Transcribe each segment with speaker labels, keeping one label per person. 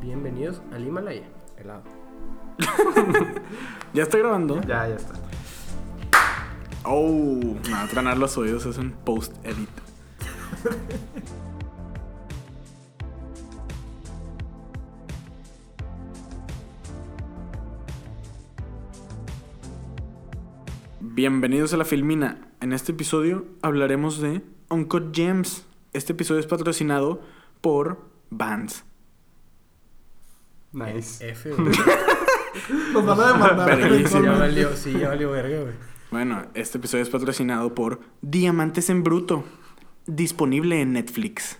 Speaker 1: Bienvenidos al Himalaya, helado.
Speaker 2: Ya está grabando.
Speaker 1: Ya, ya está.
Speaker 2: Oh, me va a tronar los oídos, es un post-edit. Bienvenidos a la Filmina. En este episodio hablaremos de Uncut Gems. Este episodio es patrocinado por Vans.
Speaker 3: Nice.
Speaker 1: F, güey.
Speaker 3: Nos van a demandar.
Speaker 2: Verguísima.
Speaker 1: sí, ya
Speaker 3: eventualmente.
Speaker 1: valió, sí, ya valió verga, güey.
Speaker 2: Bueno, este episodio es patrocinado por Diamantes en Bruto, disponible en Netflix.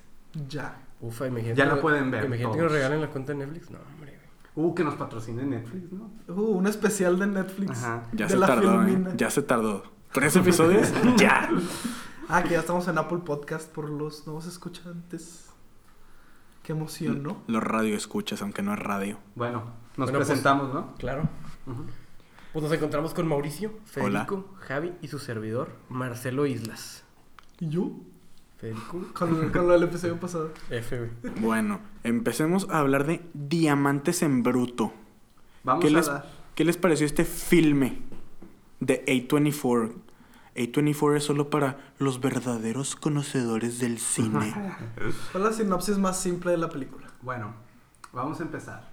Speaker 3: Ya.
Speaker 1: Ufa, imagínate.
Speaker 3: Ya la
Speaker 1: que-
Speaker 3: pueden ver
Speaker 1: Imagínate que
Speaker 3: todos.
Speaker 1: nos regalen la cuenta de Netflix. No, hombre, güey.
Speaker 3: Uh, que nos patrocine Netflix, ¿no?
Speaker 4: Uh, un especial de Netflix.
Speaker 3: Ajá.
Speaker 2: Ya
Speaker 4: de
Speaker 2: se
Speaker 4: la
Speaker 2: tardó, ¿eh?
Speaker 4: Filmina.
Speaker 2: Ya se tardó. ¿Tres episodios? ¡Ya!
Speaker 4: Ah, que ya estamos en Apple Podcast por los nuevos escuchantes. Qué emoción, ¿no?
Speaker 2: Los radio escuchas, aunque no es radio.
Speaker 3: Bueno, nos
Speaker 1: Bueno, pues-
Speaker 3: presentamos,
Speaker 1: Claro.
Speaker 3: ¿no? Ujú.
Speaker 1: Pues nos encontramos con Mauricio, Federico, Javi y su servidor, Marcelo Islas.
Speaker 4: ¿Y yo?
Speaker 1: Federico.
Speaker 4: Con, con lo del episodio pasado.
Speaker 1: F, güey.
Speaker 2: Bueno, empecemos a hablar de Diamantes en Bruto.
Speaker 3: Vamos
Speaker 2: ¿Qué
Speaker 3: a
Speaker 2: les,
Speaker 3: dar.
Speaker 2: ¿Qué les pareció este filme de A24? A24 es solo para los verdaderos conocedores del cine.
Speaker 4: ¿Cuál es la sinopsis más simple de la película?
Speaker 3: Bueno, vamos a empezar.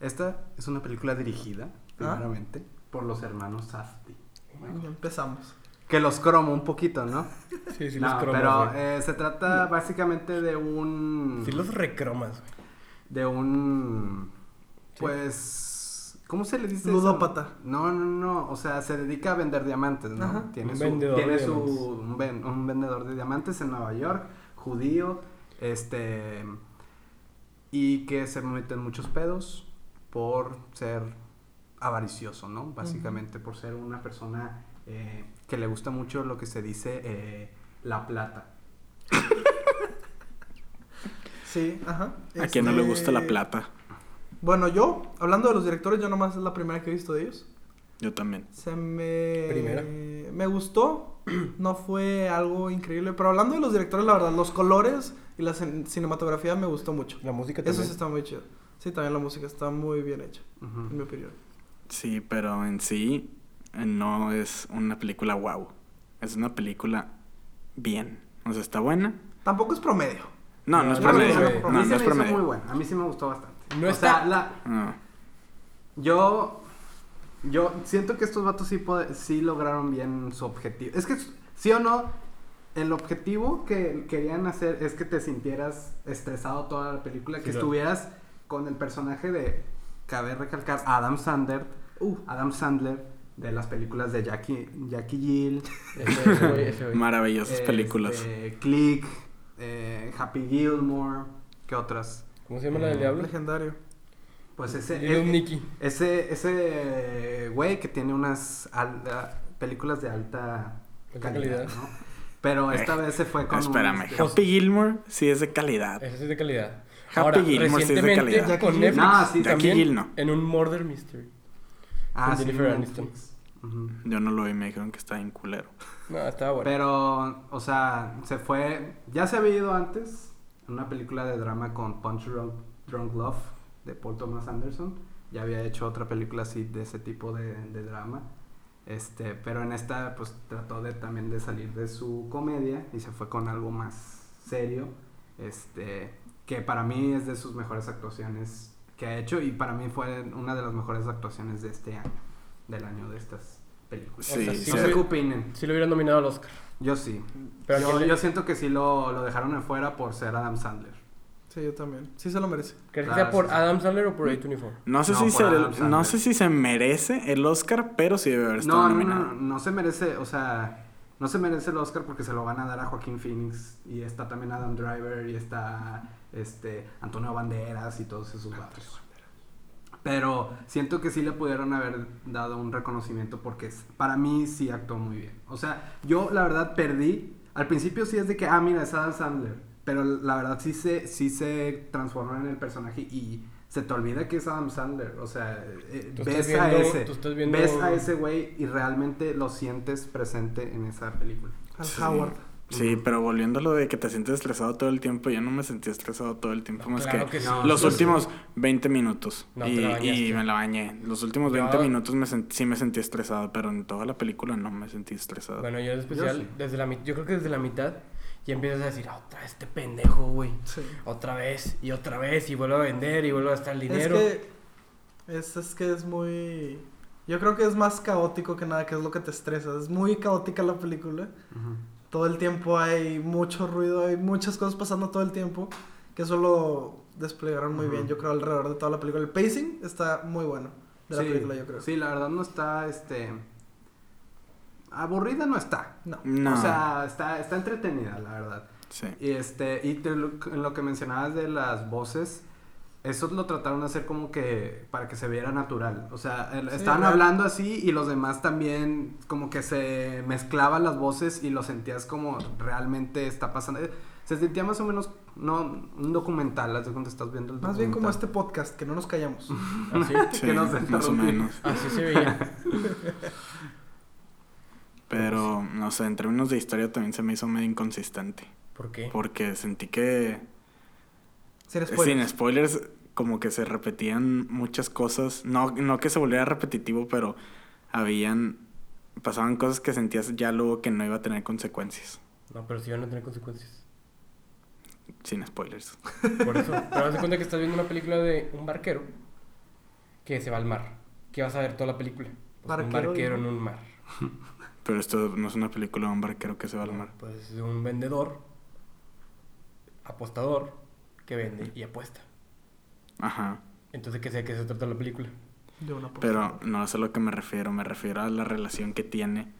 Speaker 3: Esta es una película dirigida,
Speaker 1: Ah.
Speaker 3: primeramente, por los hermanos Safdie.
Speaker 4: Ya empezamos.
Speaker 3: Que los cromo un poquito, ¿no?
Speaker 1: Sí, sí,
Speaker 3: no,
Speaker 1: los cromas.
Speaker 3: pero
Speaker 1: güey.
Speaker 3: eh, se trata básicamente de un...
Speaker 1: Sí, los recromas, güey.
Speaker 3: De un... Pues... ¿Cómo se le dice? eso?
Speaker 4: Ludópata.
Speaker 3: No, no, no. O sea, se dedica a vender diamantes, ¿no?
Speaker 4: Ajá.
Speaker 3: Tiene
Speaker 1: Un
Speaker 3: su,
Speaker 1: vendedor
Speaker 3: tiene
Speaker 1: de
Speaker 3: su
Speaker 1: diamantes.
Speaker 3: un, ven- un vendedor de diamantes en Nueva York, judío, este... Y que se mete en muchos pedos por ser avaricioso, ¿no? Básicamente por ser una persona eh, que le gusta mucho lo que se dice eh, la plata.
Speaker 4: Sí, ajá.
Speaker 2: ¿A quien no le
Speaker 4: Este,
Speaker 2: gusta la plata?
Speaker 4: Bueno, yo, hablando de los directores, yo nomás es la primera que he visto de ellos.
Speaker 2: Yo también.
Speaker 4: Se me.
Speaker 1: Primera.
Speaker 4: Me gustó. No fue algo increíble. Pero hablando de los directores, la verdad, los colores y la cin- cinematografía me gustó mucho.
Speaker 1: La música
Speaker 4: Eso
Speaker 1: también.
Speaker 4: sí está muy chido. Sí, también la música está muy bien hecha,
Speaker 3: Ujú.
Speaker 4: en mi opinión.
Speaker 2: Sí, pero en sí eh, no es una película wow. Es una película bien. O sea, está buena.
Speaker 4: Tampoco es promedio.
Speaker 2: No, no es
Speaker 1: No,
Speaker 3: Yo la
Speaker 2: promedio.
Speaker 3: vi,
Speaker 1: güey.
Speaker 2: No,
Speaker 3: a
Speaker 2: no
Speaker 3: mí se
Speaker 2: es
Speaker 3: me hizo muy
Speaker 2: promedio.
Speaker 3: buena. A mí sí me gustó bastante.
Speaker 1: No
Speaker 3: o
Speaker 1: está-
Speaker 3: sea, la,
Speaker 2: No.
Speaker 3: Yo. Yo siento que estos vatos sí, pod- sí lograron bien su objetivo. Es que, s- sí o no, el objetivo que querían hacer es que te sintieras estresado toda la película,
Speaker 1: Sí,
Speaker 3: que
Speaker 1: claro.
Speaker 3: estuvieras con el personaje de, cabe recalcar, Adam Sandler.
Speaker 4: Uh.
Speaker 3: Adam Sandler de las películas de Jackie, Jackie Gill,
Speaker 1: F, güey, F, güey.
Speaker 2: Maravillosas películas.
Speaker 3: este, Click, eh, Happy Gilmore, ¿qué otras?
Speaker 1: ¿Cómo se llama la del diablo?
Speaker 4: Legendario.
Speaker 3: Pues ese...
Speaker 1: Little
Speaker 3: eh,
Speaker 1: Nicky.
Speaker 3: Ese, ese eh, güey que tiene unas alta- películas de alta
Speaker 1: Alta
Speaker 3: calidad,
Speaker 1: calidad.
Speaker 3: ¿no? Pero esta
Speaker 2: Eh,
Speaker 3: vez se fue con un,
Speaker 2: Espérame.
Speaker 3: este,
Speaker 2: Happy Gilmore sí es de calidad.
Speaker 1: Ese sí es de calidad.
Speaker 2: Happy
Speaker 1: Ahora,
Speaker 2: Gilmore sí es de
Speaker 1: recientemente
Speaker 2: calidad.
Speaker 4: Jackie
Speaker 1: con
Speaker 4: Gilmore.
Speaker 1: Netflix
Speaker 3: Ah, sí,
Speaker 2: Jackie
Speaker 1: también
Speaker 2: Gill no.
Speaker 1: en un Murder Mystery.
Speaker 3: ah,
Speaker 1: con
Speaker 3: sí,
Speaker 1: Jennifer
Speaker 3: Netflix. Ujú.
Speaker 2: Yo no lo vi, me dijeron que está bien culero.
Speaker 1: No, estaba bueno.
Speaker 3: Pero, o sea, se fue. Ya se había ido antes. En una película de drama con Punch Drunk, Drunk Love de Paul Thomas Anderson. Ya había hecho otra película así de ese tipo de, de drama. Este, pero en esta, pues trató de también de salir de su comedia y se fue con algo más serio. Este, que para mí es de sus mejores actuaciones que ha hecho y para mí fue una de las mejores actuaciones de este año, del año de estas películas.
Speaker 2: Sí,
Speaker 1: sea,
Speaker 2: sí.
Speaker 1: sí
Speaker 3: no sé qué opinen.
Speaker 1: Si lo hubieran nominado al Oscar.
Speaker 3: Yo sí.
Speaker 1: Pero ¿a
Speaker 3: yo,
Speaker 1: quién le-
Speaker 3: yo siento que sí lo, lo dejaron afuera por ser Adam Sandler.
Speaker 4: Sí, yo también. Sí se lo merece.
Speaker 1: ¿Crees que sea
Speaker 3: Claro,
Speaker 1: por
Speaker 3: Ah, sí, sí.
Speaker 1: Adam Sandler o por A24?
Speaker 2: No sé,
Speaker 3: No,
Speaker 2: si
Speaker 3: por
Speaker 2: se,
Speaker 3: Adam Sandler.
Speaker 2: no sé si se merece el Oscar, pero sí debe haber estado
Speaker 3: No, no,
Speaker 2: nominado.
Speaker 3: no, no se merece, o sea, no se merece el Oscar porque se lo van a dar a Joaquín Phoenix y está también Adam Driver y está este Antonio Banderas y todos esos vatos. Pero siento que sí le pudieron haber dado un reconocimiento porque es- para mí sí actuó muy bien. O sea, yo la verdad perdí. Al principio sí es de que, ah, mira, es Adam Sandler. Pero la verdad sí se, sí se transformó en el personaje y se te olvida que es Adam Sandler. O sea, eh,
Speaker 1: Tú estás
Speaker 3: ves a
Speaker 1: viendo-
Speaker 3: ese.
Speaker 1: tú estás viendo-
Speaker 3: Ves a ese güey y realmente lo sientes presente en esa película.
Speaker 4: Al
Speaker 2: Sí.
Speaker 4: Howard.
Speaker 2: Sí, pero volviendo a lo de que te sientes estresado todo el tiempo, yo no me sentí estresado todo el tiempo, más
Speaker 1: Claro
Speaker 2: que,
Speaker 1: que sí.
Speaker 3: No,
Speaker 2: los
Speaker 3: no,
Speaker 2: últimos 20 minutos.
Speaker 1: No, te
Speaker 2: y,
Speaker 1: la bañaste.
Speaker 2: y me la bañé. Los últimos 20
Speaker 1: Yo-
Speaker 2: minutos me sent- sí me sentí estresado, pero en toda la película no me sentí estresado.
Speaker 1: Bueno, yo en especial,
Speaker 3: Yo sí.
Speaker 1: desde la, mit- yo creo que desde la mitad, ya empiezas a decir, "Ah, otra vez este pendejo, güey.
Speaker 4: Sí.
Speaker 1: Otra vez, y otra vez, y vuelvo a vender, y vuelvo a gastar el dinero.
Speaker 4: Es que es, es que es muy... Yo creo que es más caótico que nada, que es lo que te estresa. Es muy caótica la película.
Speaker 3: Ujú.
Speaker 4: Todo el tiempo hay mucho ruido, hay muchas cosas pasando todo el tiempo, que eso lo desplegaron muy
Speaker 3: Ujú.
Speaker 4: bien, yo creo, alrededor de toda la película. El pacing está muy bueno de la
Speaker 3: Sí,
Speaker 4: película, yo creo.
Speaker 3: Sí, la verdad no está, este... Aburrida no está.
Speaker 4: No.
Speaker 2: no.
Speaker 3: O sea, está, está entretenida, la verdad.
Speaker 2: sí.
Speaker 3: Y este, y te lo, en lo que mencionabas de las voces, eso lo trataron de hacer como que para que se viera natural. O sea, el-
Speaker 4: Sí,
Speaker 3: estaban
Speaker 4: real.
Speaker 3: hablando así y los demás también como que se mezclaban las voces y lo sentías como realmente está pasando. Eh, Se sentía más o menos, no, un documental, haz de cuando estás viendo el
Speaker 4: Más bien como
Speaker 3: documental.
Speaker 4: este podcast, que no nos callamos.
Speaker 1: Así,
Speaker 2: Sí,
Speaker 3: que nos
Speaker 2: más o
Speaker 3: interrumpimos.
Speaker 2: menos.
Speaker 1: así se veía.
Speaker 2: Pero, no sé, en términos de historia también se me hizo medio inconsistente.
Speaker 1: ¿Por qué?
Speaker 2: Porque sentí que,
Speaker 4: Sin spoilers.
Speaker 2: sin spoilers, como que se repetían muchas cosas. No, no que se volviera repetitivo, pero habían... Pasaban cosas que sentías ya luego que no iba a tener consecuencias.
Speaker 1: No, pero si van a tener consecuencias.
Speaker 2: Sin spoilers.
Speaker 1: Por eso. Pero haz de cuenta que estás viendo una película de un barquero que se va al mar. Que vas a ver toda la película. Pues, un
Speaker 4: Barquero,
Speaker 1: barquero en
Speaker 4: ¿no?
Speaker 1: un mar.
Speaker 2: Pero esto no es una película de un barquero que se va al mar.
Speaker 1: Pues de un vendedor, apostador, que vende y apuesta.
Speaker 2: Ajá.
Speaker 1: Entonces, ¿qué sé de qué se trata la película?
Speaker 4: De una por
Speaker 2: Pero
Speaker 4: favor.
Speaker 2: no es a lo que me refiero. Me refiero a la relación que tiene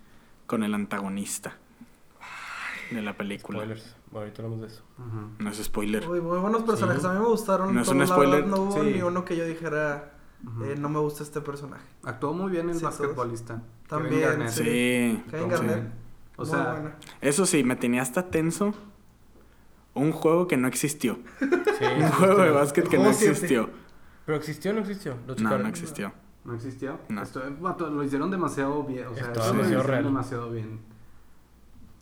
Speaker 2: con el antagonista de la película.
Speaker 1: Spoilers. Bueno, ahorita hablamos de eso.
Speaker 4: este
Speaker 3: Ujú.
Speaker 2: No es spoiler.
Speaker 4: Uy, muy buenos personajes.
Speaker 1: Sí.
Speaker 4: A mí me gustaron.
Speaker 2: No es un
Speaker 4: todos, la verdad,
Speaker 2: spoiler.
Speaker 4: no hubo
Speaker 3: Sí.
Speaker 4: ni uno que yo dijera,
Speaker 3: Ujú.
Speaker 4: eh, no me gusta este personaje.
Speaker 3: Actuó muy bien el
Speaker 4: Sí, todos.
Speaker 3: basquetbolista. Kevin
Speaker 4: También,
Speaker 3: Garnett.
Speaker 4: sí.
Speaker 2: Sí.
Speaker 4: Kevin
Speaker 2: sí.
Speaker 4: Garnett.
Speaker 3: O
Speaker 4: Muy
Speaker 3: sea,
Speaker 4: buena.
Speaker 2: Eso sí, me tenía hasta tenso. Un juego que no existió.
Speaker 1: Sí,
Speaker 2: Un juego de
Speaker 1: existió.
Speaker 2: básquet que no
Speaker 4: Juego siete.
Speaker 2: existió.
Speaker 1: ¿Pero existió o no existió? Lo
Speaker 2: No,
Speaker 1: checaron.
Speaker 2: no existió.
Speaker 3: ¿No existió?
Speaker 2: No.
Speaker 3: Esto- vato, lo hicieron demasiado bien. O sea,
Speaker 1: Estaba
Speaker 3: eso lo
Speaker 2: demasiado
Speaker 3: hicieron
Speaker 1: real.
Speaker 3: demasiado bien.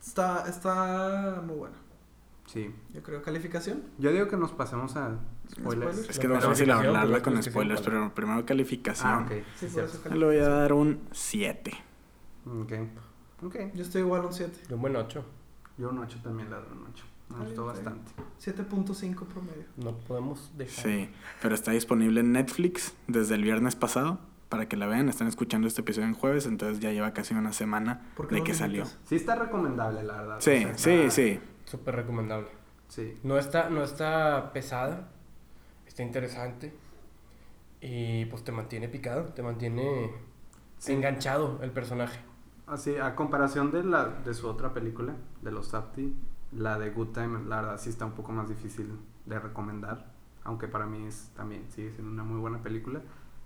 Speaker 4: Está, está muy buena.
Speaker 3: Sí.
Speaker 4: Yo creo. ¿Calificación?
Speaker 3: Yo digo que nos pasemos a spoilers.
Speaker 4: ¿Spoilers?
Speaker 2: Es que
Speaker 1: La
Speaker 2: no es fácil
Speaker 1: calificación,
Speaker 2: hablarla
Speaker 1: pero
Speaker 2: con
Speaker 1: es que sí,
Speaker 2: spoilers,
Speaker 1: vale.
Speaker 2: pero primero calificación.
Speaker 3: Ah, ok.
Speaker 4: Sí,
Speaker 3: Sí,
Speaker 4: por
Speaker 3: cierto.
Speaker 4: eso
Speaker 2: Le voy a
Speaker 4: calificación.
Speaker 2: dar un 7.
Speaker 3: Ok. Ok.
Speaker 4: Yo estoy igual a un 7.
Speaker 1: De un buen 8.
Speaker 3: Yo un 8 también le doy un 8. Me
Speaker 4: Está
Speaker 3: gustó
Speaker 4: bien, está
Speaker 3: bastante.
Speaker 4: 7.5 promedio.
Speaker 1: No podemos dejar.
Speaker 2: Sí, pero está disponible en Netflix desde el viernes pasado. Para que la vean, están escuchando este episodio en jueves, entonces ya lleva casi una semana
Speaker 4: ¿Por qué
Speaker 2: de
Speaker 4: nos
Speaker 2: que salió.
Speaker 4: limitas?
Speaker 3: Sí está recomendable, la verdad. O
Speaker 2: Sí,
Speaker 3: sea,
Speaker 2: sí,
Speaker 3: está-
Speaker 2: sí.
Speaker 1: Súper recomendable.
Speaker 3: Sí.
Speaker 1: No está, no está pesada. Está interesante. Y pues te mantiene picado. Te mantiene
Speaker 3: Sí.
Speaker 1: enganchado el personaje.
Speaker 3: Así, a comparación de la de su otra película, de los Sapti, la de Good Time, la verdad sí está un poco más difícil de recomendar, aunque para mí es también sigue siendo una muy buena película,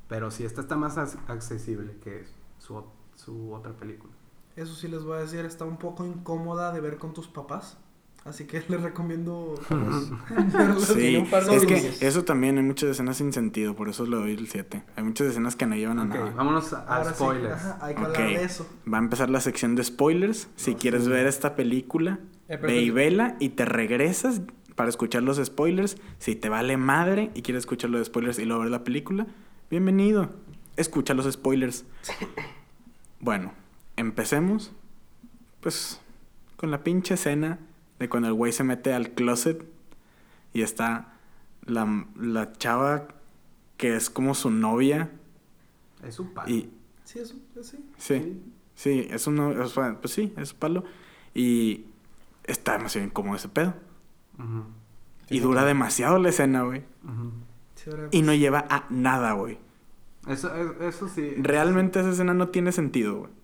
Speaker 3: pero sí esta está más as- accesible que su, ot- su otra película.
Speaker 4: Eso sí les voy a decir, está un poco incómoda de ver con tus papás. Así que les recomiendo pues, verlas.
Speaker 2: Sí,
Speaker 1: un par de
Speaker 2: es
Speaker 1: minutos.
Speaker 2: que eso también hay muchas escenas sin sentido, por eso le doy el 7. Hay muchas escenas que no llevan a
Speaker 3: Ok,
Speaker 2: nada.
Speaker 3: vámonos a, a
Speaker 4: Ahora sí,
Speaker 3: spoilers.
Speaker 4: ajá, hay que
Speaker 2: Ok.
Speaker 4: hablar de eso.
Speaker 2: Va a empezar la sección de spoilers. Si quieres ver esta película,
Speaker 1: Eh, pero
Speaker 2: ve y
Speaker 1: tú-
Speaker 2: vela y te regresas para escuchar los spoilers. Si te vale madre y quieres escuchar los spoilers y luego ver la película, bienvenido. Escucha los spoilers. Bueno, empecemos pues con la pinche escena de cuando el güey se mete al closet y está la, la chava que es como su novia
Speaker 3: Es un par.
Speaker 2: y
Speaker 4: Sí, eso, pues sí.
Speaker 2: sí. Sí, es uno, o sea, pues sí, es palo. Y está demasiado incómodo ese pedo.
Speaker 3: Ujú,
Speaker 1: Sí,
Speaker 2: y
Speaker 1: sí,
Speaker 2: dura
Speaker 1: sí.
Speaker 2: demasiado la escena, güey.
Speaker 3: ujú.
Speaker 4: sí ahora-
Speaker 2: Y no lleva a nada, güey.
Speaker 3: Eso, es- eso sí.
Speaker 2: Realmente esa escena no tiene sentido, güey.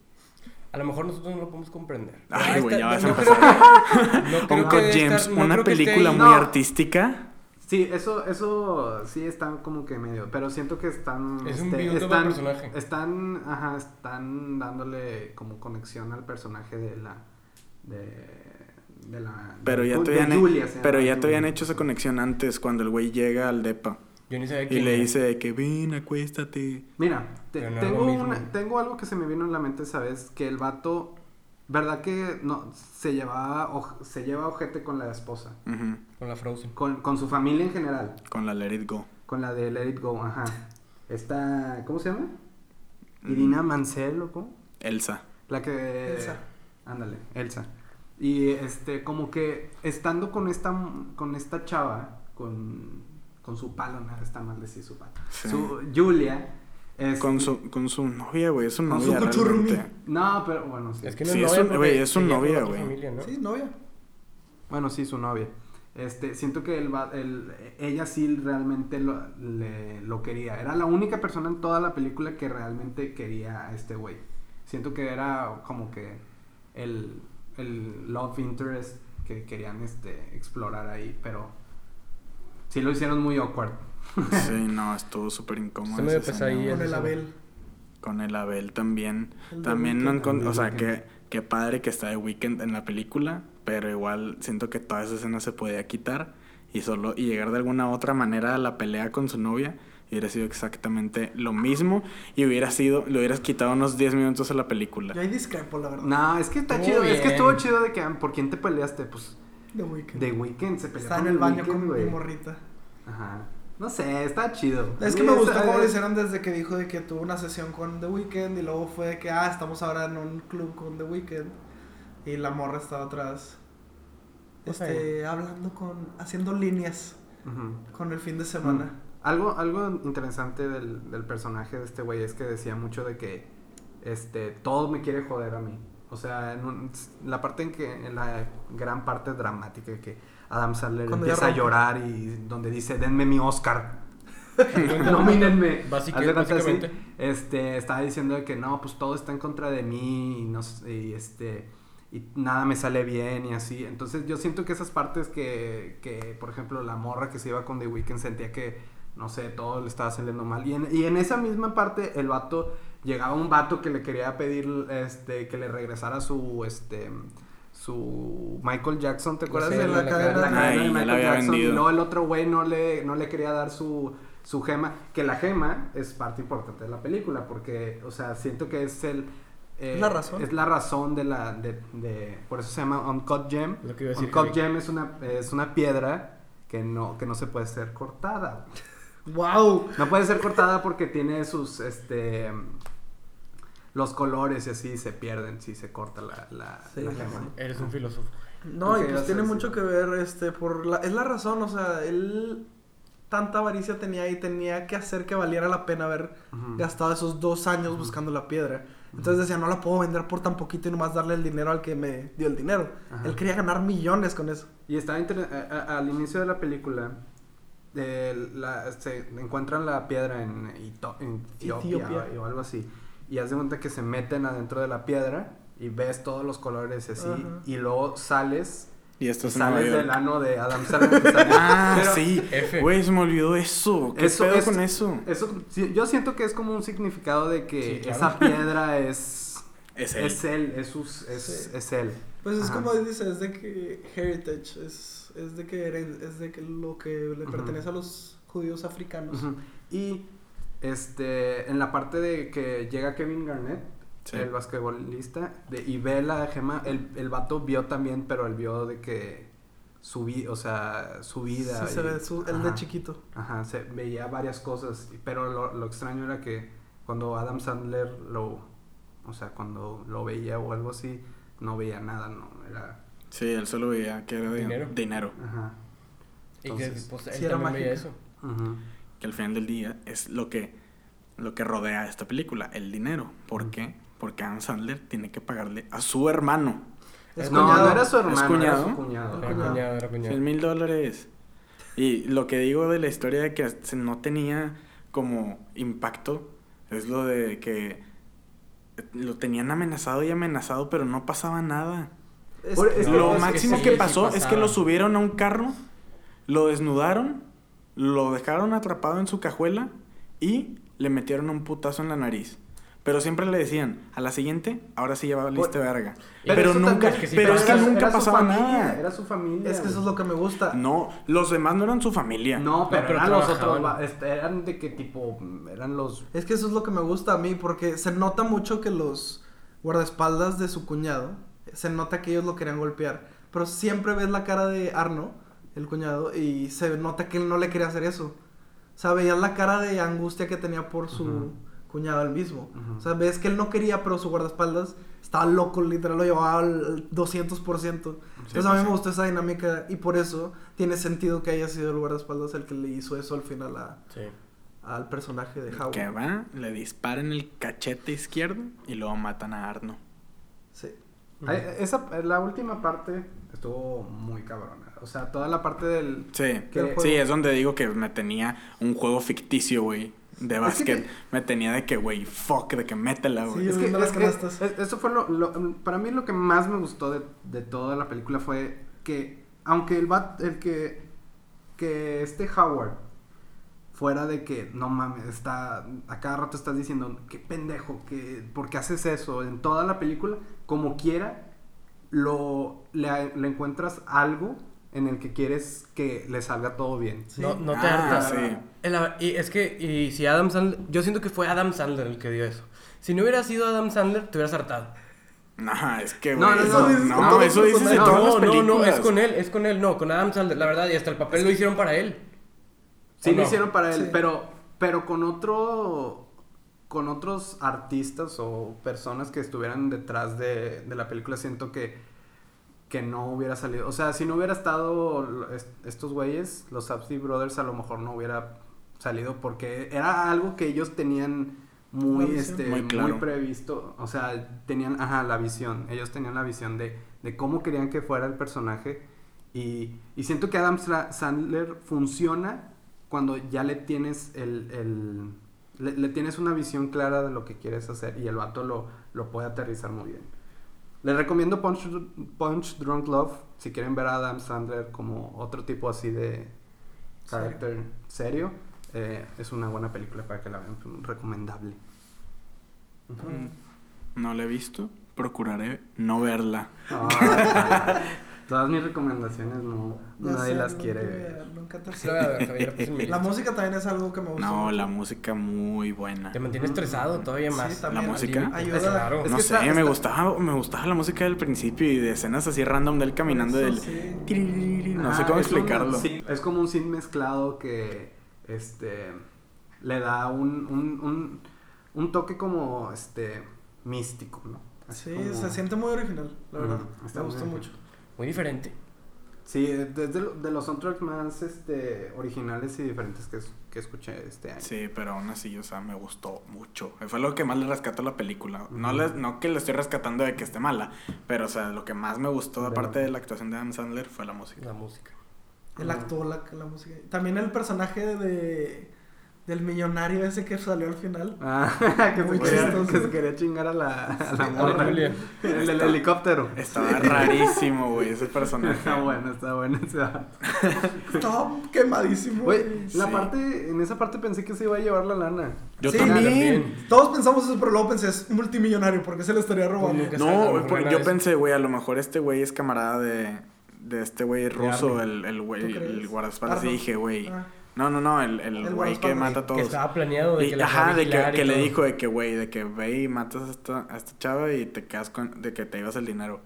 Speaker 1: A lo mejor nosotros no lo podemos comprender.
Speaker 2: Ay, güey, ya vas a
Speaker 1: no
Speaker 2: empezar.
Speaker 1: creo- no creo
Speaker 2: Uncut
Speaker 1: que debe
Speaker 2: James,
Speaker 1: estar- no
Speaker 2: una
Speaker 1: creo que esté
Speaker 2: película
Speaker 1: ahí.
Speaker 2: muy
Speaker 3: No.
Speaker 2: artística.
Speaker 3: Sí, eso, eso sí están como que medio, pero siento que están... este,
Speaker 1: Es un build-up al
Speaker 3: están,
Speaker 1: personaje.
Speaker 3: Están, ajá, están dándole como conexión al personaje de la... De, de la...
Speaker 2: Pero
Speaker 3: de
Speaker 2: ya
Speaker 3: Ju-
Speaker 2: te
Speaker 3: de
Speaker 2: habían,
Speaker 3: Julia, se
Speaker 2: pero
Speaker 3: llama,
Speaker 2: ya te
Speaker 3: Julia.
Speaker 2: habían hecho esa conexión antes cuando el güey llega al depa
Speaker 1: Yo ni sabía
Speaker 2: y
Speaker 1: quién
Speaker 2: le
Speaker 1: era.
Speaker 2: dice de que ven, acuéstate.
Speaker 3: Mira, te-
Speaker 1: Pero no es
Speaker 3: tengo,
Speaker 1: lo mismo.
Speaker 3: una- tengo algo que se me vino en la mente esa vez, que el vato ¿Verdad que no se llevaba oj- se lleva ojete con la esposa?
Speaker 2: Ujú.
Speaker 1: Con la Frozen.
Speaker 3: Con, con su familia en general.
Speaker 2: Con la Let It Go.
Speaker 3: Con la de Let It Go, ajá. Está. ¿Cómo se llama? Irina Mancel, ¿o cómo?
Speaker 2: Elsa.
Speaker 3: La que.
Speaker 4: Elsa.
Speaker 3: Ándale, Elsa. Y este, como que estando con esta con esta chava, con, con su palo, nada, está mal decir su palo.
Speaker 2: Sí.
Speaker 3: Su Julia. este-
Speaker 2: Con su, con su novia, güey. Es su
Speaker 4: Con su
Speaker 2: novia
Speaker 4: cuchurrumi.
Speaker 2: realmente.
Speaker 3: No, pero bueno, sí.
Speaker 1: Es que no
Speaker 2: Sí,
Speaker 1: es
Speaker 2: es
Speaker 1: novia.
Speaker 2: un-
Speaker 1: porque
Speaker 2: güey, es un
Speaker 1: ella con
Speaker 2: novia,
Speaker 1: otra
Speaker 2: güey.
Speaker 1: familia, ¿no?
Speaker 4: Sí, novia.
Speaker 3: Bueno, sí, su novia. Este, siento que el, va- el- ella sí realmente lo, le- lo quería. Era la única persona en toda la película que realmente quería a este güey. Siento que era como que el, el love interest que querían este, explorar ahí, pero sí lo hicieron muy awkward.
Speaker 2: Sí, no, estuvo súper incómodo.
Speaker 1: Se me dio
Speaker 2: esa
Speaker 1: pesadilla.
Speaker 2: escena,
Speaker 1: es
Speaker 4: Con el
Speaker 1: eso.
Speaker 4: Abel.
Speaker 2: güey. Con el Abel también.
Speaker 4: El de
Speaker 2: también no
Speaker 4: Weeknd.
Speaker 2: encon- O sea,
Speaker 3: Weeknd.
Speaker 2: que, qué padre que está de Weekend en la película. Pero igual siento que toda esa escena se podía quitar. Y solo y llegar de alguna otra manera a la pelea con su novia. y Hubiera sido exactamente lo mismo. Y hubiera sido. Le hubieras quitado unos 10 minutos a la película.
Speaker 4: Yo ahí discrepo, la verdad.
Speaker 3: No, es que está
Speaker 1: Estuvo
Speaker 3: chido, es que
Speaker 1: bien.
Speaker 3: estuvo chido de que ah, por quién te peleaste, pues
Speaker 4: De Weeknd.
Speaker 3: de Weekend se peleó
Speaker 4: Está en
Speaker 3: con
Speaker 4: el baño
Speaker 3: Weeknd,
Speaker 4: con
Speaker 3: güey.
Speaker 4: mi morrita.
Speaker 3: Ajá. No sé, está chido.
Speaker 4: Es
Speaker 3: A
Speaker 4: que
Speaker 3: mí
Speaker 4: me
Speaker 3: esa-
Speaker 4: gustó cómo lo
Speaker 3: es-
Speaker 4: hicieron desde que dijo de que tuvo una sesión con The Weeknd y luego fue de que, ah, estamos ahora en un club con The Weeknd y la morra estaba atrás.
Speaker 1: Pues
Speaker 4: Este, hablando con, haciendo líneas
Speaker 3: Ujú.
Speaker 4: con el fin de semana.
Speaker 3: Algo, algo interesante del, del personaje de este güey es que decía mucho de que este todo me quiere joder a mí. O sea, en un- la parte en que, en la gran parte dramática que Adam Sandler
Speaker 4: Cuando ya
Speaker 3: empieza a
Speaker 4: rompe.
Speaker 3: llorar y donde dice, denme mi Oscar,
Speaker 1: Cuenta-
Speaker 3: nomínenme.
Speaker 1: Básica-
Speaker 3: Haz de cuenta así,
Speaker 1: básicamente.
Speaker 3: este, estaba diciendo de que no, pues todo está en contra de mí y, no, s- y, este, y nada me sale bien y así. Entonces yo siento que esas partes que, que, por ejemplo, la morra que se iba con The Weeknd sentía que, no sé, todo le estaba saliendo mal. Y en, y en esa misma parte el vato, llegaba un vato que le quería pedir este, que le regresara su... Este, su Michael Jackson, ¿te acuerdas de
Speaker 1: cadena,
Speaker 3: la,
Speaker 1: la
Speaker 3: cadena,
Speaker 1: cadena.
Speaker 3: La cadena
Speaker 2: Ay,
Speaker 3: de
Speaker 2: ya la
Speaker 3: Michael
Speaker 2: había
Speaker 3: Jackson? Y
Speaker 2: vendido.
Speaker 3: luego el otro güey no le, no le quería dar su, su gema, que la gema es parte importante de la película, porque, o sea, siento que es el... eh,
Speaker 4: Es la razón.
Speaker 3: Es la razón de la... De, de- por eso se llama Uncut Gem.
Speaker 1: Lo que iba a decir,
Speaker 3: Uncut
Speaker 1: Javi.
Speaker 3: Gem es una, es una piedra que no, que no se puede ser cortada.
Speaker 4: ¡Wow!
Speaker 3: No puede ser cortada porque tiene sus, este... Los colores y así se pierden si se corta la, la,
Speaker 4: Sí,
Speaker 3: la
Speaker 4: la
Speaker 3: gema.
Speaker 4: gema.
Speaker 1: Eres un filósofo.
Speaker 4: No,
Speaker 3: Ok,
Speaker 4: y
Speaker 3: vas
Speaker 4: pues
Speaker 3: a
Speaker 4: tiene
Speaker 3: decir.
Speaker 4: mucho que ver, este, por la, es la razón, o sea, él tanta avaricia tenía y tenía que hacer que valiera la pena haber
Speaker 3: Ujú.
Speaker 4: gastado esos dos años buscando la piedra. Entonces decía, no la puedo vender por tan poquito y nomás darle el dinero al que me dio el dinero.
Speaker 3: Ajá.
Speaker 4: Él quería ganar millones con eso.
Speaker 3: Y está inter- a- a- al inicio de la película. eh, la- se encuentran la piedra en, Ito- en Etiopia,
Speaker 4: Etiopía.
Speaker 3: o algo así. Y haz de cuenta que se meten adentro de la piedra y ves todos los colores y así.
Speaker 4: Ajá.
Speaker 3: Y luego sales.
Speaker 2: Y esto
Speaker 3: y
Speaker 2: es en Nueva
Speaker 3: sales
Speaker 2: York.
Speaker 3: del ano de Adam Sandler. que sale.
Speaker 2: Ah,
Speaker 3: Pero
Speaker 2: sí.
Speaker 1: F.
Speaker 2: Güey, se me olvidó eso. ¿Qué
Speaker 3: Eso
Speaker 2: pedo
Speaker 3: es-
Speaker 2: con eso?
Speaker 3: Eso, sí, yo siento que es como un significado de que
Speaker 1: Sí, claro.
Speaker 3: esa piedra es.
Speaker 2: Es él.
Speaker 3: Es él, es, sus- es,
Speaker 4: Sí.
Speaker 3: es él.
Speaker 4: Pues es
Speaker 3: Ajá.
Speaker 4: como dice, es de que heritage, es, es de que heren- es de que lo que le
Speaker 3: Ujú.
Speaker 4: pertenece a los judíos africanos.
Speaker 3: Ujú. Y este, en la parte de que llega Kevin Garnett,
Speaker 2: Sí.
Speaker 3: el basquetbolista, de, y ve la gema, el, el vato vio también, pero él vio de que su, vi- o sea, su vida.
Speaker 4: Sí, se
Speaker 3: y-
Speaker 4: ve su- el
Speaker 3: ajá,
Speaker 4: de chiquito.
Speaker 3: Ajá, se veía varias cosas, y- pero lo, lo extraño era que cuando Adam Sandler lo, o sea, cuando lo veía o algo así, no veía nada, no, era,
Speaker 2: Sí, él solo veía que era de-
Speaker 1: Dinero.
Speaker 2: dinero.
Speaker 3: ajá.
Speaker 1: y que,
Speaker 3: Entonces,
Speaker 1: pues, él
Speaker 4: sí era
Speaker 1: también veía
Speaker 4: mágica.
Speaker 1: eso.
Speaker 3: ujú.
Speaker 2: Que al final del día es lo que, lo que rodea a esta película, el dinero. ¿Por qué? Porque Adam Sandler tiene que pagarle a su hermano.
Speaker 4: Es
Speaker 3: No,
Speaker 4: cuñado.
Speaker 3: no era su
Speaker 2: ¿Es
Speaker 3: hermano, era su
Speaker 2: cuñado?
Speaker 3: cuñado.
Speaker 1: Era
Speaker 3: ajá.
Speaker 1: cuñado, era cuñado.
Speaker 2: 100 mil dólares. Y lo que digo de la historia de que hasta no tenía como impacto es lo de que lo tenían amenazado y amenazado, pero no pasaba nada.
Speaker 4: Es-
Speaker 3: Por- es-
Speaker 1: No,
Speaker 2: lo
Speaker 1: es que
Speaker 2: máximo
Speaker 1: sí,
Speaker 2: que,
Speaker 1: sí
Speaker 2: pasó es que
Speaker 1: pasaba.
Speaker 2: lo subieron a un carro, lo desnudaron, lo dejaron atrapado en su cajuela y le metieron un putazo en la nariz. Pero siempre le decían, a la siguiente, ahora sí ya va lista de verga. Pero,
Speaker 3: eso
Speaker 2: nunca,
Speaker 3: también-
Speaker 1: es que sí
Speaker 2: pero es que
Speaker 1: pasa.
Speaker 2: nunca
Speaker 3: era su
Speaker 2: pasaba
Speaker 3: familia,
Speaker 2: nada.
Speaker 3: Era su familia.
Speaker 4: es que eso es
Speaker 3: güey.
Speaker 4: lo que me gusta.
Speaker 2: No, los demás no eran su familia.
Speaker 3: No, pero,
Speaker 1: pero
Speaker 3: eran los
Speaker 1: trabajaban.
Speaker 3: otros, va- este, eran de qué tipo, eran los...
Speaker 4: Es que eso es lo que me gusta a mí, porque se nota mucho que los guardaespaldas de su cuñado se nota que ellos lo querían golpear. Pero siempre ves la cara de Arno, el cuñado, y se nota que él no le quería hacer eso. O sea, veías la cara de angustia que tenía por su
Speaker 3: Ujú.
Speaker 4: cuñado el mismo.
Speaker 3: Ujú.
Speaker 4: O sea, ves que él no quería, pero su guardaespaldas estaba loco, literal, lo llevaba al 200%. Entonces a mí
Speaker 2: pues,
Speaker 4: me
Speaker 2: sí.
Speaker 4: gustó esa dinámica y por eso tiene sentido que haya sido el guardaespaldas el que le hizo eso al final a-
Speaker 1: Sí.
Speaker 4: al personaje de Howard.
Speaker 2: Que va, le disparan el cachete izquierdo y luego matan a Arno.
Speaker 4: Sí.
Speaker 3: Eh, Esa, la última parte estuvo muy cabrona. O sea, toda la parte del...
Speaker 2: Sí,
Speaker 3: Que el
Speaker 2: sí,
Speaker 4: juego-
Speaker 2: es donde digo que me tenía un juego ficticio, güey, de
Speaker 3: Es que
Speaker 2: básquet.
Speaker 3: te-
Speaker 2: Me tenía de que, güey, fuck, de que métela, güey.
Speaker 4: Sí,
Speaker 3: Es que,
Speaker 4: viendo las
Speaker 3: es que-
Speaker 4: canastas.
Speaker 3: es- eso fue lo, lo- Para mí lo que más me gustó de, de toda la película fue que, aunque el bat, el que, que este Howard fuera de que, no mames, está, a cada rato estás diciendo, qué pendejo, que, ¿por qué haces eso? En toda la película, como quiera, lo, le, le encuentras algo en el que quieres que le salga todo bien.
Speaker 1: No, no te
Speaker 2: Ah,
Speaker 1: hartas.
Speaker 2: sí.
Speaker 1: El- y es que, y si Adam Sandler, yo siento que fue Adam Sandler el que dio eso. Si no hubiera sido Adam Sandler, te hubieras hartado.
Speaker 2: No, es que,
Speaker 3: No,
Speaker 2: güey.
Speaker 3: no, no,
Speaker 2: eso-
Speaker 3: es
Speaker 2: No,
Speaker 3: con todos
Speaker 2: eso
Speaker 3: los
Speaker 2: dices de
Speaker 3: personajes.
Speaker 2: todas las
Speaker 1: No, no,
Speaker 2: películas.
Speaker 1: no, es con él, es con él, no, con Adam Sandler, la verdad, y hasta el papel lo hicieron para él.
Speaker 3: Sí,
Speaker 1: ¿O
Speaker 3: lo
Speaker 1: no?
Speaker 3: hicieron para él,
Speaker 4: Sí.
Speaker 3: pero, pero con otro. Con otros artistas o personas que estuvieran detrás de, de la película, siento que, que no hubiera salido. O sea, si no hubiera estado lo- est- estos güeyes, los Sapsi Brothers a lo mejor no hubiera salido porque era algo que ellos tenían muy,
Speaker 4: Una visión.
Speaker 3: este,
Speaker 2: Muy
Speaker 3: muy,
Speaker 2: claro.
Speaker 3: previsto. O sea, tenían, ajá, la visión. Ellos tenían la visión de, de cómo querían que fuera el personaje. Y, y siento que Adam Sla- Sandler funciona cuando ya le tienes el... el- le, le tienes una visión clara de lo que quieres hacer y el vato lo, lo puede aterrizar muy bien. Les recomiendo Punch, Punch Drunk Love si quieren ver a Adam Sandler como otro tipo así de carácter serio. Eh, es una buena película para que la vean, recomendable.
Speaker 4: Mm.
Speaker 2: No la he visto. Procuraré no verla.
Speaker 3: Ah, Todas mis recomendaciones no,
Speaker 4: Ya
Speaker 3: nadie
Speaker 4: sé,
Speaker 3: las
Speaker 4: nunca-
Speaker 3: quiere ver.
Speaker 4: nunca te-
Speaker 1: Sí, lo voy a ver, Javier, pues, en mi
Speaker 4: La
Speaker 1: lista.
Speaker 4: música también es algo que me gusta.
Speaker 2: No,
Speaker 4: mucho.
Speaker 2: la música muy buena.
Speaker 1: Te mantiene estresado todavía
Speaker 4: Sí,
Speaker 1: más.
Speaker 4: también.
Speaker 2: La música.
Speaker 4: Ayuda.
Speaker 1: Es Claro.
Speaker 3: Es
Speaker 2: no
Speaker 3: que
Speaker 2: sé,
Speaker 3: está-
Speaker 2: me
Speaker 3: está-
Speaker 2: gustaba, me gustaba la música del principio y de escenas así random del caminando
Speaker 4: Eso
Speaker 2: del
Speaker 4: sí.
Speaker 2: tiririri, no sé
Speaker 3: Ah,
Speaker 2: cómo
Speaker 3: es un
Speaker 2: explicarlo.
Speaker 3: synth- es como un sin mezclado que este le da un, un, un, un toque como este místico, ¿no? Así
Speaker 4: Sí,
Speaker 3: como-
Speaker 4: se siente muy original, la
Speaker 3: Ujú,
Speaker 4: verdad.
Speaker 3: está
Speaker 4: me
Speaker 3: muy
Speaker 4: gustó
Speaker 3: bien.
Speaker 4: mucho.
Speaker 1: Muy diferente.
Speaker 3: Sí, desde de los soundtracks más este originales y diferentes que, es- que escuché este año.
Speaker 2: Sí, pero aún así, o sea, me gustó mucho. Fue lo que más le rescató a la película. No, le- no que le estoy rescatando de que esté mala, pero, o sea, lo que más me gustó,
Speaker 3: De
Speaker 2: aparte
Speaker 3: la-
Speaker 2: de la actuación de Adam Sandler, fue la música.
Speaker 1: La música.
Speaker 4: Él
Speaker 3: Ajá.
Speaker 4: actuó la, la música. También el personaje de del millonario ese que salió al final.
Speaker 3: Ah, que, se
Speaker 4: Muy
Speaker 3: quería,
Speaker 4: chistoso.
Speaker 3: que se quería chingar a la, a la
Speaker 1: a la
Speaker 3: morra.
Speaker 1: Julia.
Speaker 3: El del helicóptero.
Speaker 2: Estaba rarísimo, güey, ese personaje.
Speaker 3: Está bueno, está bueno ese vato.
Speaker 4: Estaba quemadísimo.
Speaker 3: Güey, la
Speaker 2: Sí.
Speaker 3: parte, en esa parte pensé que se iba a llevar la lana. Ah,
Speaker 2: Yo
Speaker 4: Sí,
Speaker 2: también.
Speaker 1: también.
Speaker 4: Todos pensamos eso, pero luego pensé, es multimillonario, porque se le estaría robando?
Speaker 1: Nunca sabes, a
Speaker 2: No,
Speaker 1: lo
Speaker 2: güey,
Speaker 1: mejor
Speaker 2: pues,
Speaker 1: gana
Speaker 2: yo
Speaker 1: eso.
Speaker 2: pensé, güey, a lo mejor este güey es camarada de, de este güey ruso, el, el güey,
Speaker 4: ¿Tú crees?
Speaker 2: el guardaespaldas.
Speaker 4: Arno.
Speaker 2: Y dije, güey.
Speaker 4: Ah.
Speaker 2: No, no, no, el, el
Speaker 4: El
Speaker 2: güey que
Speaker 4: guardaespaldas.
Speaker 2: mata a
Speaker 1: Que
Speaker 2: todos.
Speaker 1: estaba planeado de
Speaker 2: Y-
Speaker 1: que la
Speaker 2: ajá,
Speaker 1: fuera a
Speaker 2: de que,
Speaker 1: vigilar y
Speaker 2: que le
Speaker 1: todo.
Speaker 2: dijo de que, güey, de que ve y matas a esta, a esta chava y te quedas con, de que te llevas el dinero.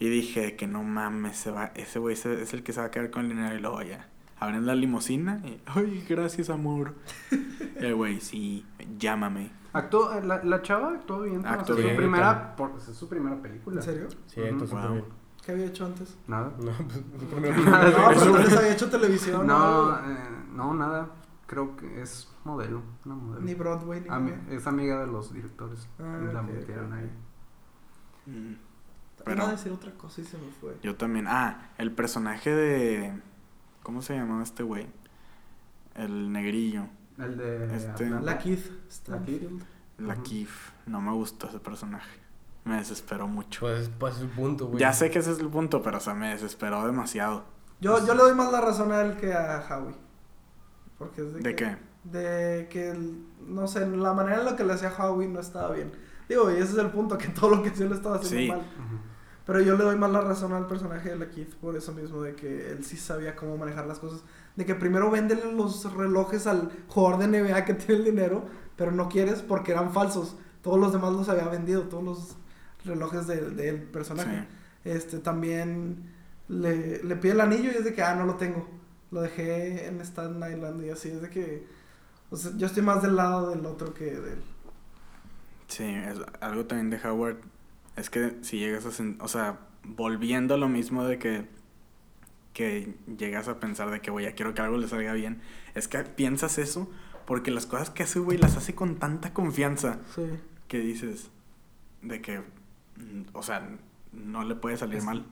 Speaker 2: Y dije de que no mames, se va, ese güey se- es el que se va a quedar con el dinero y luego ya. Abren la limusina y, ay, gracias, amor. el güey, sí, llámame.
Speaker 3: Actuó, eh, la, la chava actuó bien. ¿no?
Speaker 2: Actuó
Speaker 3: O sea,
Speaker 1: bien.
Speaker 3: Su primera, por- es su primera película.
Speaker 4: ¿En serio?
Speaker 1: Sí, entonces
Speaker 2: Wow.
Speaker 1: también.
Speaker 4: ¿Qué había hecho antes?
Speaker 3: Nada.
Speaker 1: No, pues, primero-
Speaker 4: No, pero
Speaker 3: Eso-
Speaker 4: tal vez había hecho televisión.
Speaker 3: No,
Speaker 4: o algo.
Speaker 3: eh, no, nada. Creo que es modelo, una modelo.
Speaker 4: Ni Broadway, ni
Speaker 3: Ami-
Speaker 4: nada.
Speaker 3: es amiga de los directores.
Speaker 4: Ah,
Speaker 3: la
Speaker 4: ok,
Speaker 3: metieron
Speaker 4: ok.
Speaker 3: ahí.
Speaker 2: Mm,
Speaker 4: Iba
Speaker 2: Pero
Speaker 4: a decir otra cosa y se me fue.
Speaker 2: yo también. Ah, el personaje de. ¿Cómo se llamaba este güey? El negrillo.
Speaker 3: El de
Speaker 2: Este-
Speaker 3: Atlanta.
Speaker 4: La Keith Stanfield.
Speaker 2: La
Speaker 3: Ujú.
Speaker 2: Kif. No me gustó ese personaje. Me desesperó mucho.
Speaker 1: Pues, pues su punto, güey.
Speaker 2: Ya sé que ese es el punto, pero o sea, me desesperó demasiado.
Speaker 4: Yo, yo le doy más la razón a él que a Howie. Porque es de,
Speaker 2: ¿De
Speaker 4: que-
Speaker 2: qué?
Speaker 4: De que, el- no sé, la manera en la que le hacía Howie no estaba bien. Digo, y ese es el punto, que todo lo que hacía lo estaba haciendo
Speaker 2: Sí.
Speaker 4: mal.
Speaker 3: Ujú.
Speaker 4: Pero yo le doy más la razón al personaje de la Keith por eso mismo, de que él sí sabía cómo manejar las cosas. De que primero véndele los relojes al jugador de NBA que tiene el dinero, pero no quieres porque eran falsos. Todos los demás los había vendido, todos los relojes de- del personaje.
Speaker 2: Sí.
Speaker 4: Este, también le, le pide el anillo y es de que, ah, no lo tengo. Lo dejé en Staten Island y así, es de que... O sea, yo estoy más del lado del otro que del...
Speaker 2: Sí, es algo también de Howard es que si llegas a... sen- O sea, volviendo a lo mismo de que... Que llegas a pensar de que, güey, ya quiero que algo le salga bien. Es que piensas eso porque las cosas que hace, güey, las hace con tanta confianza
Speaker 4: Sí.
Speaker 2: que dices de que... mm, O sea, no le puede salir
Speaker 3: Es-
Speaker 2: mal.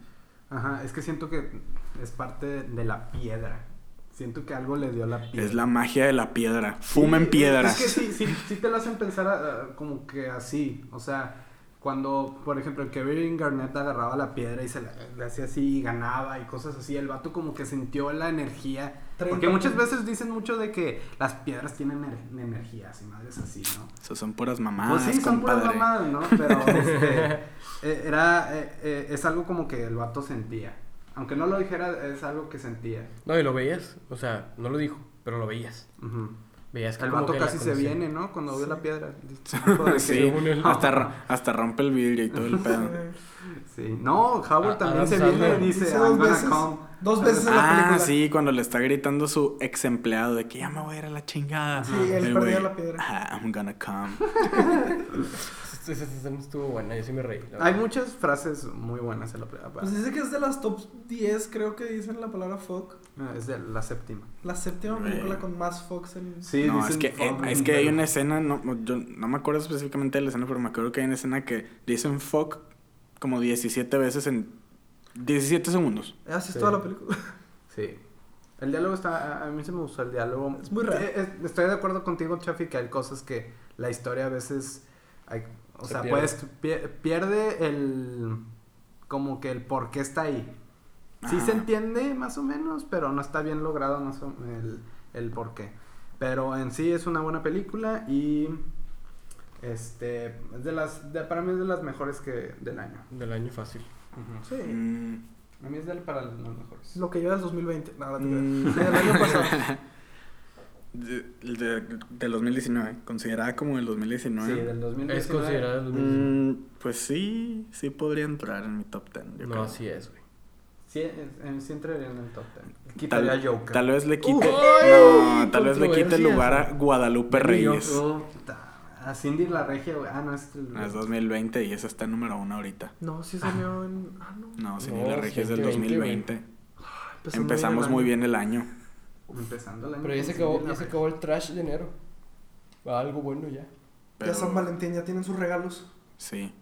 Speaker 3: Ajá, es que siento que es parte de la piedra. Siento que algo le dio la piedra.
Speaker 2: Es la magia de la piedra. Fumen
Speaker 3: Sí,
Speaker 2: piedra.
Speaker 3: Es que sí, sí, sí te lo hacen pensar ah, como que así. O sea, cuando, por ejemplo, Kevin Garnett agarraba la piedra y se la, le hacía así y ganaba y cosas así, el vato como que sintió la energía. Porque
Speaker 4: 30
Speaker 3: muchas
Speaker 4: puntos.
Speaker 3: veces dicen mucho de que las piedras tienen ener- energías y madres así, ¿no?
Speaker 2: Eso son puras mamadas,
Speaker 3: Pues sí, son puras
Speaker 2: Ah, compadre.
Speaker 3: mamadas, ¿no? Pero este, eh, era, eh, eh, es algo como que el vato sentía. Aunque no lo dijera, es algo que sentía.
Speaker 1: No, y lo veías. O sea, no lo dijo, pero lo veías.
Speaker 3: Ujú.
Speaker 1: Veías que
Speaker 3: El
Speaker 1: como
Speaker 3: vato
Speaker 1: que la
Speaker 3: casi se
Speaker 1: conocía.
Speaker 3: viene, ¿no? Cuando vio
Speaker 4: Sí.
Speaker 3: la piedra.
Speaker 2: sí,
Speaker 1: según él-
Speaker 2: hasta, ro- hasta rompe el vidrio y todo el pedo.
Speaker 3: Sí. No, Howard
Speaker 1: Ah,
Speaker 3: también
Speaker 1: Adam
Speaker 3: se viene
Speaker 1: Sandler.
Speaker 3: y dice,
Speaker 4: Eh, Dice
Speaker 3: I'm
Speaker 4: dos
Speaker 3: gonna
Speaker 4: veces.
Speaker 3: come.
Speaker 4: Dos veces en la
Speaker 2: ah,
Speaker 4: película.
Speaker 2: sí, cuando le está gritando su ex empleado de que ya me voy a ir a la chingada.
Speaker 4: Sí,
Speaker 2: Y
Speaker 4: él
Speaker 2: el
Speaker 4: perdió
Speaker 2: güey,
Speaker 4: la piedra.
Speaker 2: "Ah, I'm gonna come.
Speaker 1: Esa esa escena estuvo buena, yo sí me reí. la
Speaker 3: Hay
Speaker 1: verdad.
Speaker 3: muchas frases muy buenas en la película.
Speaker 4: Pues dice que es de las top 10, creo que dicen la palabra fuck.
Speaker 3: Ah, Es de la séptima.
Speaker 4: La séptima
Speaker 2: Güey.
Speaker 4: película con más fucks en...
Speaker 3: Sí,
Speaker 2: no,
Speaker 3: dicen
Speaker 2: es que, eh,
Speaker 3: fuck,
Speaker 2: es que hay
Speaker 3: pero-
Speaker 2: una escena, no, yo no me acuerdo específicamente de la escena, pero me acuerdo que hay una escena que dicen fuck como 17 veces en 17 segundos.
Speaker 4: Así Ah, es
Speaker 3: Sí.
Speaker 4: toda la película.
Speaker 3: Sí. El diálogo está... A, a mí se me gustó el diálogo.
Speaker 4: Es muy raro.
Speaker 3: Eh, eh, estoy de acuerdo contigo, Chafi, que hay cosas que la historia a veces... hay- o
Speaker 1: Se
Speaker 3: sea,
Speaker 1: pierde.
Speaker 3: puedes... pie- pierde el... Como que el por qué está ahí. Sí
Speaker 2: Ajá.
Speaker 3: se entiende más o menos, pero no está bien logrado más o- el, el por qué. Pero en sí es una buena película y este es de las de- para mí es de las mejores que del año.
Speaker 1: Del año fácil.
Speaker 4: Sí.
Speaker 2: Mm,
Speaker 3: A mí es de para las las mejores.
Speaker 4: Lo que lleva el 2020. Nada, te
Speaker 2: Mm.
Speaker 4: creas. El año pasado.
Speaker 2: de- de- del 2019, considerada como del 2019.
Speaker 3: Sí, del 2019.
Speaker 1: Es considerada el 2019.
Speaker 2: Mm, pues sí, sí podría entrar en mi top 10. Mm, yo
Speaker 1: No,
Speaker 2: creo.
Speaker 1: así es, güey.
Speaker 3: Sí, en- en- sí entraría en el top 10.
Speaker 2: Tal,
Speaker 3: Quitaría a Joker.
Speaker 2: tal vez le quite.
Speaker 1: ¡Uy!
Speaker 2: no, tal vez le quite el
Speaker 1: Controversias.
Speaker 2: lugar a Guadalupe
Speaker 1: New York,
Speaker 2: Reyes.
Speaker 3: Puta, A Cindy la regia, güey. Ah, no, es el-
Speaker 2: No, es 2020 y esa está número uno ahorita.
Speaker 4: No, sí salió en... Ah, no.
Speaker 2: No, sin
Speaker 1: No,
Speaker 2: la regia es del
Speaker 1: 2020,
Speaker 2: 2020.
Speaker 1: Pues
Speaker 4: Empezó muy
Speaker 2: Empezamos
Speaker 4: el
Speaker 2: muy
Speaker 4: año.
Speaker 2: bien el año.
Speaker 3: Empezando el año.
Speaker 1: Pero ya
Speaker 3: con
Speaker 1: se
Speaker 3: Cindy
Speaker 1: acabó,
Speaker 3: la
Speaker 1: ya se
Speaker 3: Regia.
Speaker 1: acabó el trash de enero. Va Ah, algo bueno ya.
Speaker 2: Pero,
Speaker 4: Ya San Valentín, ya tienen sus regalos.
Speaker 2: Sí.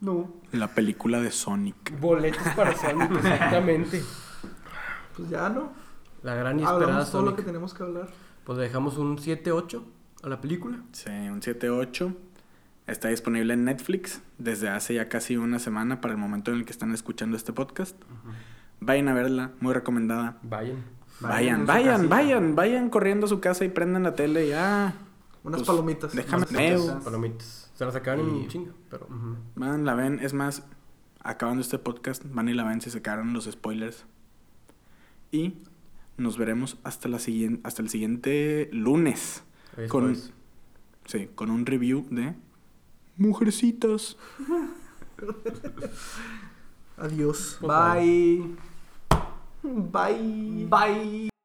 Speaker 4: No.
Speaker 2: La película de Sonic.
Speaker 1: Boletos para Sonic, exactamente.
Speaker 4: Pues ya no.
Speaker 1: La gran y esperada
Speaker 4: Hablamos todo lo que
Speaker 1: Sonic.
Speaker 4: tenemos que hablar.
Speaker 1: Pues le dejamos un 7-8 a la película.
Speaker 2: Sí, un 7-8. Está disponible en Netflix desde hace ya casi una semana para el momento en el que están escuchando este podcast.
Speaker 3: Ujú.
Speaker 2: Vayan a verla, muy recomendada.
Speaker 1: Vayan.
Speaker 2: Vayan,
Speaker 3: en su
Speaker 2: vayan,
Speaker 3: casita.
Speaker 2: vayan, vayan corriendo a su casa y prendan la tele y ah,
Speaker 4: Unas
Speaker 2: Pues,
Speaker 4: palomitas.
Speaker 2: déjame.
Speaker 4: Unas-
Speaker 2: Neu.
Speaker 1: Palomitas. Se las sacaron
Speaker 3: Y-
Speaker 1: en chinga, pero.
Speaker 3: Ujú.
Speaker 2: Van, la ven, es más, acabando este podcast, van y la ven si se quedaron los spoilers. Y nos veremos hasta la siguiente, hasta el siguiente lunes.
Speaker 1: hoy es
Speaker 2: Con-
Speaker 1: jueves.
Speaker 2: Sí, con un review de Mujercitas.
Speaker 4: Adiós.
Speaker 1: Por favor.
Speaker 3: Bye.
Speaker 4: Bye.
Speaker 3: Bye.